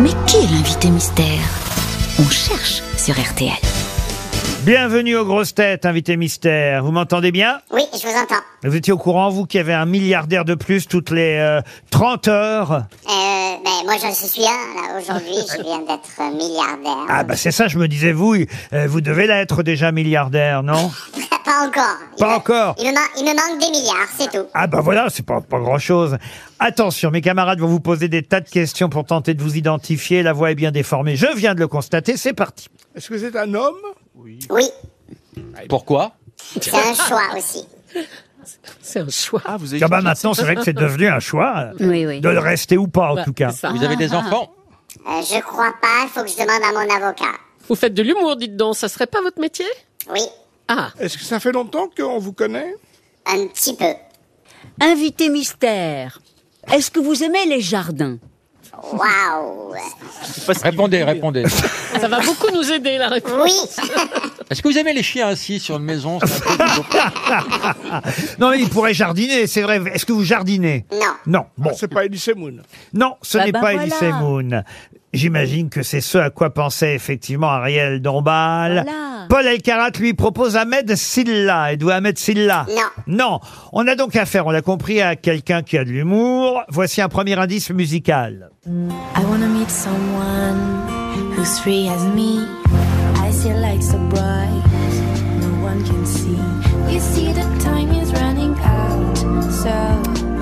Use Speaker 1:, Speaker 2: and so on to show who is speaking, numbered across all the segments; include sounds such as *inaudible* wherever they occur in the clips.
Speaker 1: Mais qui est l'invité mystère On cherche sur RTL.
Speaker 2: Bienvenue aux grosses têtes, invité mystère. Vous m'entendez bien
Speaker 3: Oui, je vous entends.
Speaker 2: Vous étiez au courant, vous, qu'il y avait un milliardaire de plus toutes les euh, 30 heures
Speaker 3: Euh, ben, moi, je suis un, là, aujourd'hui, je viens d'être euh, milliardaire.
Speaker 2: Ah bah c'est ça, je me disais, vous, euh, vous devez l'être déjà milliardaire, non
Speaker 3: *laughs* Pas encore. Il
Speaker 2: Pas
Speaker 3: me-
Speaker 2: encore.
Speaker 3: Il me, ma- il me manque des milliards, c'est tout.
Speaker 2: Ah bah voilà, c'est pas, pas grand-chose. Attention, mes camarades vont vous poser des tas de questions pour tenter de vous identifier. La voix est bien déformée. Je viens de le constater, c'est parti.
Speaker 4: Est-ce que c'est un homme
Speaker 3: Oui,
Speaker 5: Pourquoi
Speaker 3: c'est un choix aussi.
Speaker 6: C'est un choix.
Speaker 5: Ah, vous avez,
Speaker 2: Ah bah maintenant, c'est vrai que c'est devenu un choix. euh,
Speaker 6: Oui, Bah, oui.
Speaker 2: De le rester ou pas, en tout cas.
Speaker 5: vous avez des enfants
Speaker 3: Euh, je crois pas, il faut que je demande à mon avocat.
Speaker 6: Vous faites de l'humour, dites donc. Ça serait pas votre métier
Speaker 3: Oui,
Speaker 6: Ah,
Speaker 4: Est-ce que ça fait longtemps qu'on vous connaît
Speaker 3: un petit peu.
Speaker 7: Invité mystère, est-ce que vous aimez les jardins
Speaker 3: Waouh.
Speaker 5: Répondez, répondez.
Speaker 6: ça va beaucoup nous aider, la réponse.
Speaker 3: Oui,
Speaker 5: Est-ce que vous aimez les chiens assis sur une maison c'est un peu bizarre.
Speaker 2: Non, mais il pourrait jardiner, c'est vrai. Est-ce que vous jardinez
Speaker 3: non.
Speaker 2: Non,
Speaker 4: Bon,
Speaker 2: bon.
Speaker 4: c'est pas Elise Moon.
Speaker 2: Non, ce
Speaker 7: Bah
Speaker 2: n'est
Speaker 7: bah
Speaker 2: pas
Speaker 7: voilà.
Speaker 2: Elise Moon. J'imagine que c'est ce à quoi pensait effectivement Ariel Dombal.
Speaker 7: Voilà.
Speaker 2: Paul Elkarat lui propose Ahmed Silla. Et d'où Ahmed Silla
Speaker 3: Non.
Speaker 2: Non. On a donc affaire, on l'a compris, à quelqu'un qui a de l'humour. Voici un premier indice musical.
Speaker 8: I wanna meet someone who's free as me. I see lights so bright, no one can see. You see, the time is running out, so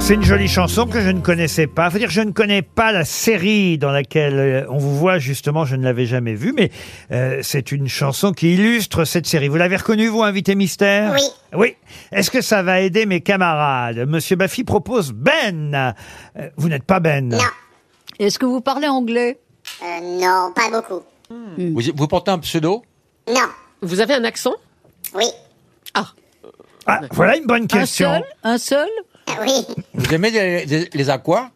Speaker 2: C'est une jolie chanson que je ne connaissais pas. Faut dire que je ne connais pas la série dans laquelle euh, on vous voit justement. Je ne l'avais jamais vue, mais euh, c'est une chanson qui illustre cette série. Vous l'avez reconnue, vous, invité mystère
Speaker 3: Oui.
Speaker 2: Oui. Est-ce que ça va aider mes camarades Monsieur Baffy propose Ben. Euh, vous n'êtes pas Ben.
Speaker 3: Non.
Speaker 7: Est-ce que vous parlez anglais
Speaker 3: Euh, non, pas beaucoup.
Speaker 5: vous, vous portez un pseudo
Speaker 3: Non.
Speaker 6: Vous avez un accent
Speaker 3: Oui. *laughs*
Speaker 2: Ah,
Speaker 6: Ah,
Speaker 2: voilà une bonne question.
Speaker 7: Un seul Un seul
Speaker 3: Ah, Oui.
Speaker 5: Vous aimez les, les- les aquas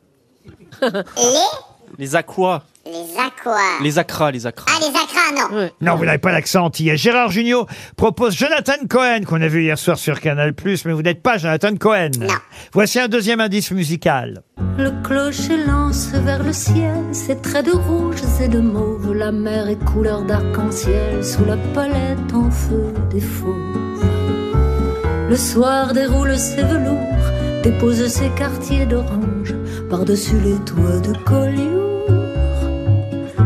Speaker 3: Les
Speaker 9: Les aquas,
Speaker 3: Les aquas.
Speaker 9: les acras, les acras.
Speaker 3: Ah, les acras, non.
Speaker 6: ouais.
Speaker 2: Non, vous n'avez pas l'accent antillais. Gérard Junior propose Jonathan Cohen, qu'on a vu hier soir sur Canal+, mais vous n'êtes pas Jonathan Cohen.
Speaker 3: Non.
Speaker 2: Voici un deuxième indice musical.
Speaker 8: Le clocher lance vers le ciel ses traits de rouge et de mauve. La mer est couleur d'arc-en-ciel sous la palette en feu des fauves. Le soir déroule ses velours, dépose ses quartiers d'orange par-dessus les toits de Collioure.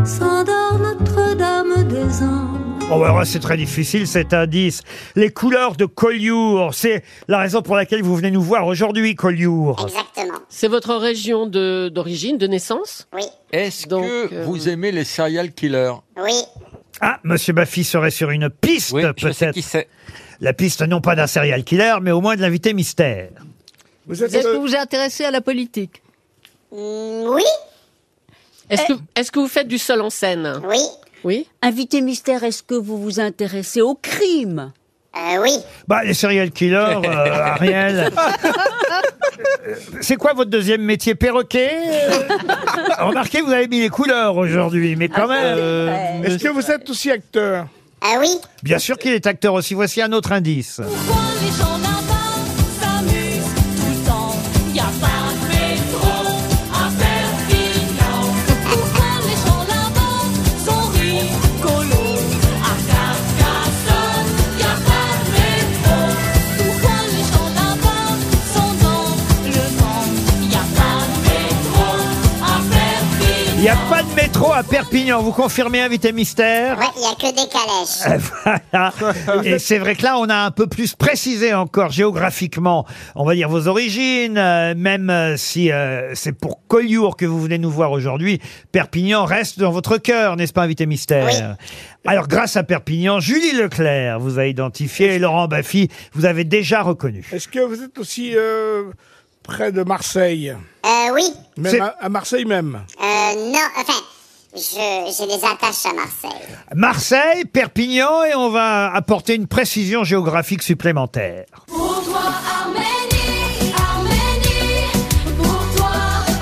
Speaker 8: S'endort Notre-Dame des Anges.
Speaker 2: Bon, bah, alors, c'est très difficile cet indice. Les couleurs de Collioure, c'est la raison pour laquelle vous venez nous voir aujourd'hui, Collioure.
Speaker 3: Exactement.
Speaker 6: C'est votre région de- d'origine, de, naissance
Speaker 3: Oui.
Speaker 5: Est-ce
Speaker 6: Donc,
Speaker 5: que
Speaker 6: euh,
Speaker 5: vous aimez les serial killers
Speaker 3: Oui.
Speaker 2: Ah, Monsieur Baffy serait sur une piste, Euh, peut-être.
Speaker 5: c'est.
Speaker 2: La piste non pas d'un serial killer, mais au moins de l'invité mystère.
Speaker 4: Vous êtes
Speaker 7: Est-ce que
Speaker 4: euh,
Speaker 7: vous vous intéressez à la politique
Speaker 3: Mm, oui.
Speaker 6: Est-ce que,
Speaker 7: Eh.
Speaker 6: est que vous faites du seul en scène
Speaker 3: Oui.
Speaker 6: Oui
Speaker 7: Invité mystère, est-ce que vous vous intéressez au crime
Speaker 3: Euh, oui.
Speaker 2: Bah, les serial killers, euh, Ariel. Euh, C'est quoi votre deuxième métier Perroquet Euh, Remarquez, vous avez mis les couleurs aujourd'hui, mais quand même.
Speaker 4: euh, Est-ce que vous êtes aussi acteur
Speaker 3: Euh, oui.
Speaker 2: Bien sûr qu'il est acteur aussi. Voici un autre indice.
Speaker 8: Pourquoi les gens là-bas s'amusent tout le temps Y a pas de métro à *laughs* Perpignan. Pourquoi les gens là-bas sont rigolos À Carcassonne, y a pas de métro. Pourquoi les gens là-bas sont dans le vent Y a pas de métro à Perpignan.
Speaker 2: Il n'y a pas de métro à Perpignan. Vous confirmez, invité mystère
Speaker 3: Ouais, il y a que des calèches.
Speaker 2: Voilà. Et c'est vrai que là, on a un peu plus précisé encore géographiquement, on va dire vos origines, euh, même euh, si euh, c'est pour Collioure que vous venez nous voir aujourd'hui, Perpignan reste dans votre cœur, n'est-ce pas, invité mystère Alors, grâce à Perpignan, Julie Leclerc vous a identifié et Laurent Baffy vous avez déjà reconnu.
Speaker 4: Est-ce que vous êtes aussi euh, près de Marseille
Speaker 3: Euh, oui.
Speaker 2: C'est-
Speaker 4: Même à, à Marseille même.
Speaker 3: Euh, non, enfin, je, j'ai des attaches à Marseille.
Speaker 2: Marseille, Perpignan, et on va apporter une précision géographique supplémentaire.
Speaker 8: Pour toi Arménie, Arménie, pour toi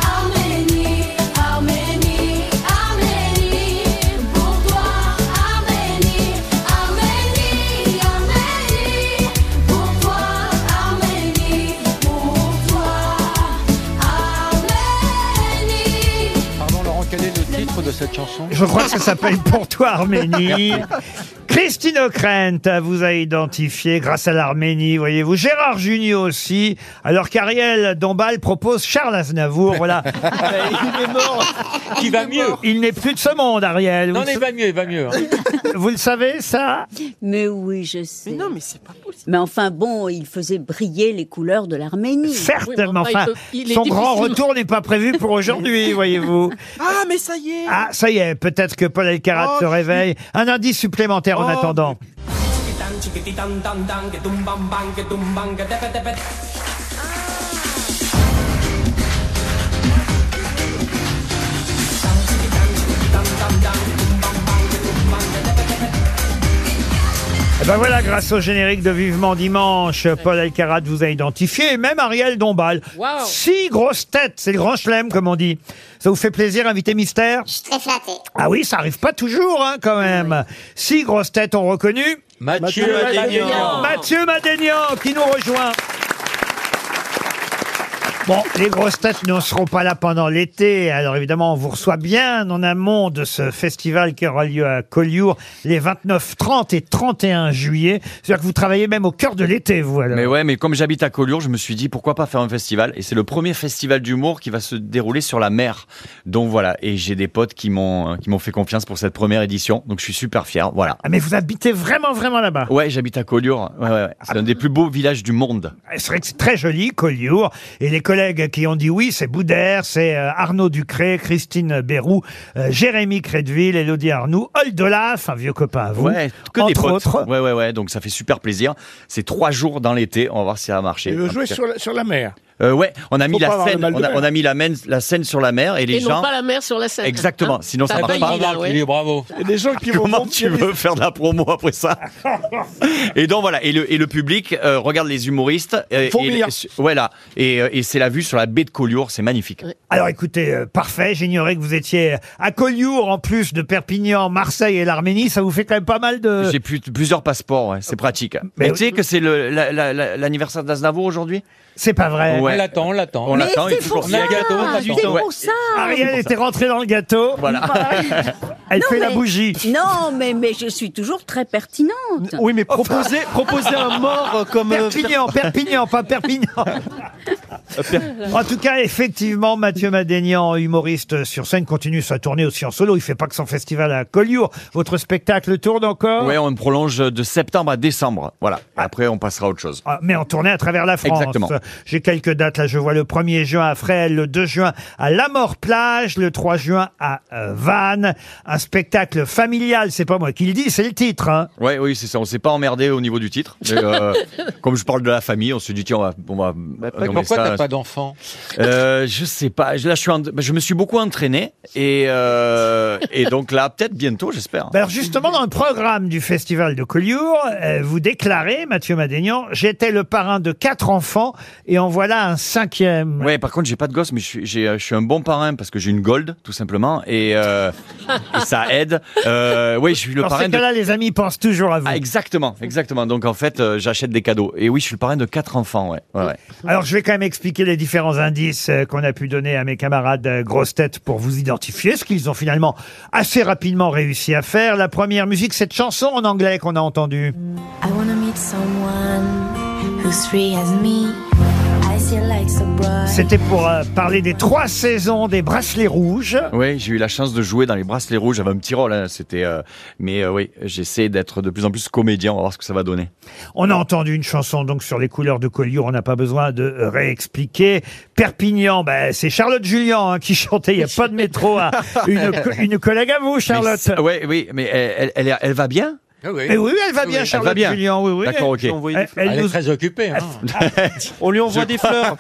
Speaker 8: Arménie, Arménie, Arménie, pour toi Arménie, Arménie, Arménie, pour toi Arménie, pour toi Arménie.
Speaker 5: Pardon Laurent, quel est le titre titre de cette chanson
Speaker 2: Je crois que ça s'appelle Pour toi Arménie. Christine O'Krent vous a identifié grâce à l'Arménie, voyez-vous. Gérard Junior aussi. Alors qu'Ariel Dombal propose Charles Aznavour, voilà.
Speaker 5: Il est mort Qui va mieux
Speaker 2: Il n'est plus de ce monde, Ariel.
Speaker 5: Non,
Speaker 2: Vous,
Speaker 5: mais il va mieux, il va mieux. hein.
Speaker 6: bah-
Speaker 2: vous le savez, ça
Speaker 7: Mais oui, je sais. Mais,
Speaker 9: Non, mais c'est pas possible.
Speaker 7: enfin bon, il faisait briller les couleurs de l'Arménie.
Speaker 2: Certes,
Speaker 6: Oui,
Speaker 2: mais
Speaker 6: mais enfin,
Speaker 2: enfin,
Speaker 6: il peut- il est
Speaker 2: son grand
Speaker 6: difficile.
Speaker 2: retour n'est pas prévu pour aujourd'hui, voyez-vous.
Speaker 9: Ah, mais ça y est.
Speaker 2: Ah, ça y est, peut-être que Paul Elkarat
Speaker 9: Oh,
Speaker 2: se réveille. Un indice supplémentaire en
Speaker 9: Oh.
Speaker 2: attendant. Eh ben voilà, grâce au générique de Vivement Dimanche, Paul Alcarat vous a identifié, et même Ariel Dombal.
Speaker 6: Wow.
Speaker 2: Six grosses têtes, c'est le grand chelem, comme on dit. Ça vous fait plaisir, invité mystère
Speaker 3: Je suis très flattée.
Speaker 2: Ah oui, ça arrive pas toujours, hein, quand même. Six grosses têtes ont reconnu
Speaker 5: Mathieu Adénian.
Speaker 2: Mathieu Madénian, qui nous rejoint. Bon, les grosses têtes ne seront pas là pendant l'été, alors évidemment, on vous reçoit bien en amont de ce festival qui aura lieu à Collioure les 29, 30 et 31 juillet. C'est-à-dire que vous travaillez même au cœur de l'été, vous, alors.
Speaker 10: Mais ouais, mais comme j'habite à Collioure, je me suis dit pourquoi pas faire un festival. Et c'est le premier festival d'humour qui va se dérouler sur la mer. Donc voilà, et j'ai des potes qui m'ont euh, qui m'ont fait confiance pour cette première édition. Donc je suis super fier. Voilà.
Speaker 2: Ah, mais vous habitez vraiment, vraiment là-bas.
Speaker 10: Ouais, j'habite à Collioure. Ouais, ouais, ouais. C'est un des plus beaux villages du monde.
Speaker 2: C'est vrai que c'est Eh, très joli, Collioure. Et les collègues qui ont dit oui, c'est Boudère, c'est euh, Arnaud Ducré, Christine Bérou, euh, Jérémy Crédville, Elodie Arnoux, Oldolaf, un vieux copain à vous.
Speaker 10: Ouais, que
Speaker 2: Ah
Speaker 10: des
Speaker 2: entre
Speaker 10: potes.
Speaker 2: autres.
Speaker 10: Ouais, ouais, ouais. Donc ça fait super plaisir. C'est trois jours dans l'été. On va voir si ça va marcher.
Speaker 4: Il veut
Speaker 10: En
Speaker 4: jouer
Speaker 10: tout cas-
Speaker 4: sur la, sur la mer.
Speaker 10: Euh, ouais, on a mis
Speaker 4: pas
Speaker 10: la
Speaker 4: avoir le
Speaker 10: scène.
Speaker 4: mal de
Speaker 10: On a,
Speaker 4: mer.
Speaker 10: on a mis la, main- la scène sur la mer et les
Speaker 6: Et
Speaker 10: gens.
Speaker 6: non pas la mer sur la scène.
Speaker 10: Exactement.
Speaker 6: Hein
Speaker 10: Sinon, ça
Speaker 6: T'as
Speaker 10: marche
Speaker 6: pas
Speaker 10: pas.
Speaker 6: idée, là,
Speaker 5: Il
Speaker 6: ouais.
Speaker 5: est bravo.
Speaker 4: Il y a des gens qui vont
Speaker 10: Comment
Speaker 4: vont-
Speaker 10: tu veux faire de la promo
Speaker 5: *laughs*
Speaker 10: après ça Et donc voilà, et le, et le public euh, regarde les humoristes. euh, et,
Speaker 4: Fourmillant.
Speaker 10: voilà, et, euh, et c'est la vue sur la baie de Collioure, c'est magnifique.
Speaker 2: Alors écoutez, euh, parfait, j'ignorais que vous étiez à Collioure en plus de Perpignan, Marseille et l'Arménie, ça vous fait quand même pas mal de...
Speaker 5: Euh.
Speaker 10: J'ai plus- plusieurs passeports, ouais, c'est pratique.
Speaker 2: Mais
Speaker 10: Mais
Speaker 5: ben
Speaker 10: tu sais que c'est le- la- la- la- l'anniversaire d'Aznavour aujourd'hui
Speaker 2: C'est pas vrai.
Speaker 5: On
Speaker 10: Ouais.
Speaker 5: l'attend, on l'attend.
Speaker 10: On l'attend, il est
Speaker 7: c'est pour
Speaker 10: toujours
Speaker 5: ça.
Speaker 10: fier.
Speaker 5: gâteau, on
Speaker 7: ça
Speaker 5: l'attend.
Speaker 7: Ah, C'est
Speaker 10: Ouais.
Speaker 7: pour ça
Speaker 10: Ah,
Speaker 2: Ariel était rentrée dans le gâteau,
Speaker 10: Voilà.
Speaker 2: elle
Speaker 7: Non,
Speaker 2: fait la
Speaker 7: mais-
Speaker 2: bougie.
Speaker 7: Non, mais, mais je suis toujours très pertinente.
Speaker 11: Oui, mais proposer, proposer un mort comme. euh,
Speaker 2: Perpignan, Perpignan,
Speaker 11: *laughs*
Speaker 2: pas Perpignan. en tout cas, effectivement, Mathieu Madénian, humoriste sur scène, continue sa tournée aussi en solo. Il fait pas que son festival à Collioure. Votre spectacle tourne encore
Speaker 10: Ouais, on prolonge de septembre à décembre. Voilà.
Speaker 5: Ah.
Speaker 10: Après, on passera à autre chose.
Speaker 2: Ah, mais en tournée à travers la France.
Speaker 10: Exactement.
Speaker 2: J'ai quelques dates là, je vois le 1er juin à Fresnes, le 2 juin à La Mort Plage, le 3 juin à euh, Vannes. Un spectacle familial, c'est pas moi qui le dis, c'est le titre. hein.
Speaker 10: Ouais, oui, c'est ça. On s'est pas emmerdé au niveau du titre. Mais,
Speaker 5: *laughs*
Speaker 10: euh, comme je parle de la famille, on s'est dit tiens, on va, on va. nommer
Speaker 5: Pourquoi
Speaker 10: ça-
Speaker 5: t'as Bah, pas d'enfant
Speaker 10: Euh, je sais pas. Je- Là, je, suis en- bah, je me suis beaucoup entraîné et, euh, et donc là, peut-être bientôt, j'espère.
Speaker 2: Ben alors justement, dans le programme du Festival de Collioure, euh, vous déclarez, Mathieu Madénian, j'étais le parrain de quatre enfants et en voilà un cinquième.
Speaker 10: Ouais, par contre, j'ai pas de gosse, mais je suis, j'ai, euh, je suis un bon parrain parce que j'ai une gold, tout simplement, et, euh, et ça aide. Euh, oui, je suis le
Speaker 2: Dans ces
Speaker 10: parrain de.
Speaker 2: cas-là, les amis pensent toujours à vous.
Speaker 10: Ah, exactement, exactement. Donc en fait, euh, j'achète des cadeaux. Et oui, je suis le parrain de quatre enfants. Ouais, ouais, ouais.
Speaker 2: Alors, je vais quand même expliquer les différents indices euh, qu'on a pu donner à mes camarades euh, grosses têtes pour vous identifier, ce qu'ils ont finalement assez rapidement réussi à faire. La première musique, cette chanson en anglais qu'on a entendue.
Speaker 8: I wanna meet someone who's free as me. I see lights so bright.
Speaker 2: C'était pour euh, parler des trois saisons des bracelets rouges.
Speaker 10: Oui, j'ai eu la chance de jouer dans les bracelets rouges. J'avais un petit rôle. hein, c'était. euh, mais euh, oui, j'essaie d'être de plus en plus comédien. On va voir ce que ça va donner.
Speaker 2: On a entendu une chanson donc sur les couleurs de Collioure, on n'a pas besoin de euh, réexpliquer. Perpignan, ben, c'est Charlotte Julien hein, qui chantait, il n'y a pas de métro
Speaker 10: *laughs*
Speaker 2: à une, co- une collègue à vous,
Speaker 10: Mais
Speaker 2: Charlotte.
Speaker 10: c'est- ouais, oui, mais elle, elle, elle- elle va bien.
Speaker 2: Mais oui, elle va
Speaker 5: Ah Oui,
Speaker 2: bien,
Speaker 5: elle
Speaker 2: Charlotte
Speaker 10: va bien.
Speaker 2: Julien, oui, oui.
Speaker 10: D'accord, ok.
Speaker 11: j'ai envoyé des
Speaker 2: Elle,
Speaker 11: fleurs.
Speaker 2: elle
Speaker 5: Elle est
Speaker 2: nous-
Speaker 5: très occupée. Hein.
Speaker 11: On lui envoie des fleurs.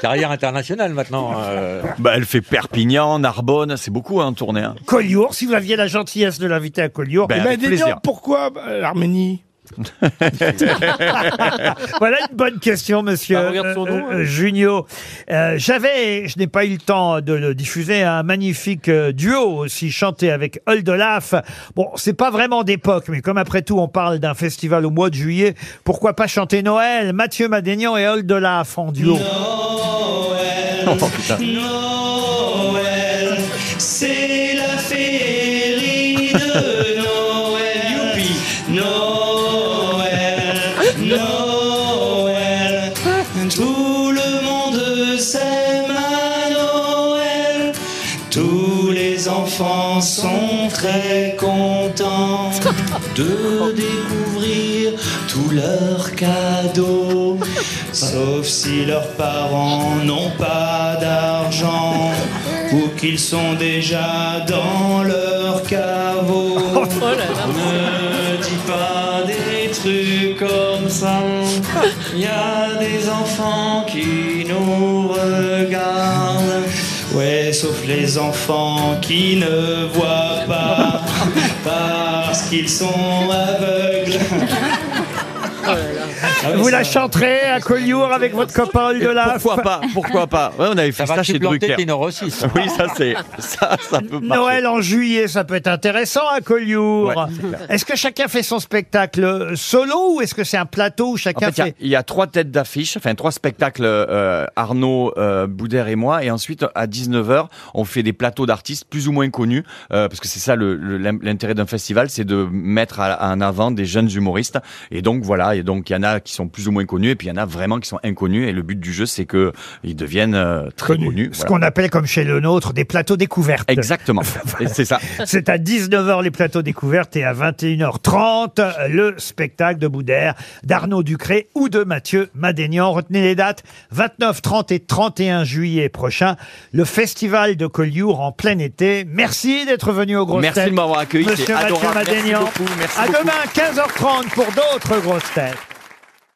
Speaker 5: Carrière internationale maintenant. euh.
Speaker 10: Bah, elle fait Perpignan, Narbonne, c'est beaucoup hein, tourner. Hein.
Speaker 2: Collioure, si vous aviez la gentillesse de l'inviter à Collioure, eh
Speaker 10: Ben,
Speaker 4: Il m'a
Speaker 10: avec
Speaker 4: dit non,
Speaker 10: plaisir.
Speaker 4: pourquoi euh, l'Arménie
Speaker 2: Voilà une bonne question, monsieur euh,
Speaker 11: Bah, regarde son nom, hein.
Speaker 2: Junio. Euh, J'avais, je n'ai pas eu le temps de le diffuser, un magnifique euh, duo aussi chanté avec Oldolaf. Bon, c'est pas vraiment d'époque, mais comme après tout, on parle d'un festival au mois de juillet, pourquoi pas chanter Noël Mathieu Madénian et Oldolaf en duo.
Speaker 10: Oh, putain.
Speaker 8: C'est
Speaker 10: de Noël. Youpi. Noël. Noël. Tout le monde s'aime à Noël. Tous les enfants sont très contents de découvrir tous leurs cadeaux. Sauf si leurs parents n'ont pas d'argent ou qu'ils sont déjà dans leur caveau.
Speaker 6: Oh
Speaker 10: Ne dis pas des trucs comme ça. Il y a des enfants qui nous regardent. Ouais, sauf les enfants qui ne voient pas parce qu'ils sont aveugles.
Speaker 5: Ah
Speaker 2: Vous la chanterez à Collioure avec votre copain Aldolaf
Speaker 5: Pourquoi pas Pourquoi pas Ouais, on avait fait
Speaker 2: Ça va
Speaker 5: ça, chez
Speaker 2: supplanter
Speaker 5: Drucker.
Speaker 2: Ténor
Speaker 5: aussi.
Speaker 10: *laughs*
Speaker 5: Oui, ça c'est ça, ça peut marcher.
Speaker 2: Noël en juillet, ça peut être intéressant à Collioure.
Speaker 5: Ouais, c'est clair.
Speaker 2: est-ce que chacun fait son spectacle euh, solo ou est-ce que c'est un plateau où
Speaker 5: En
Speaker 2: chacun
Speaker 5: fait, il y a-
Speaker 2: fait
Speaker 5: il y, a trois têtes d'affiche, enfin trois spectacles, euh, Arnaud, euh, Boudère et moi. Et ensuite, à 19h, on fait des plateaux d'artistes plus ou moins connus, euh, parce que c'est ça le- le- l'in- l'intérêt d'un festival, c'est de mettre à- en avant des jeunes humoristes. Et donc voilà, et donc il y en a qui sont plus ou moins connus, et puis il y en a vraiment qui sont inconnus. Et le but du jeu, c'est que ils deviennent euh, très connus.
Speaker 2: ce qu'on appelle comme chez le nôtre des plateaux découvertes *laughs*
Speaker 5: Exactement. Et c'est ça.
Speaker 2: C'est à 19h les plateaux découvertes et à 21h30 le spectacle de Boudère, d'Arnaud Ducré ou de Mathieu Madénian. Retenez les dates 29, 30 et 31 juillet prochain. Le festival de Collioure en plein été. Merci d'être venu au Grosses
Speaker 5: Merci
Speaker 2: Têtes,
Speaker 5: de m'avoir accueilli, c'est
Speaker 2: Monsieur Mathieu
Speaker 5: adorable. Merci
Speaker 2: Madénian.
Speaker 5: beaucoup, merci
Speaker 2: à
Speaker 5: beaucoup.
Speaker 2: demain 15h30 pour d'autres grosses têtes.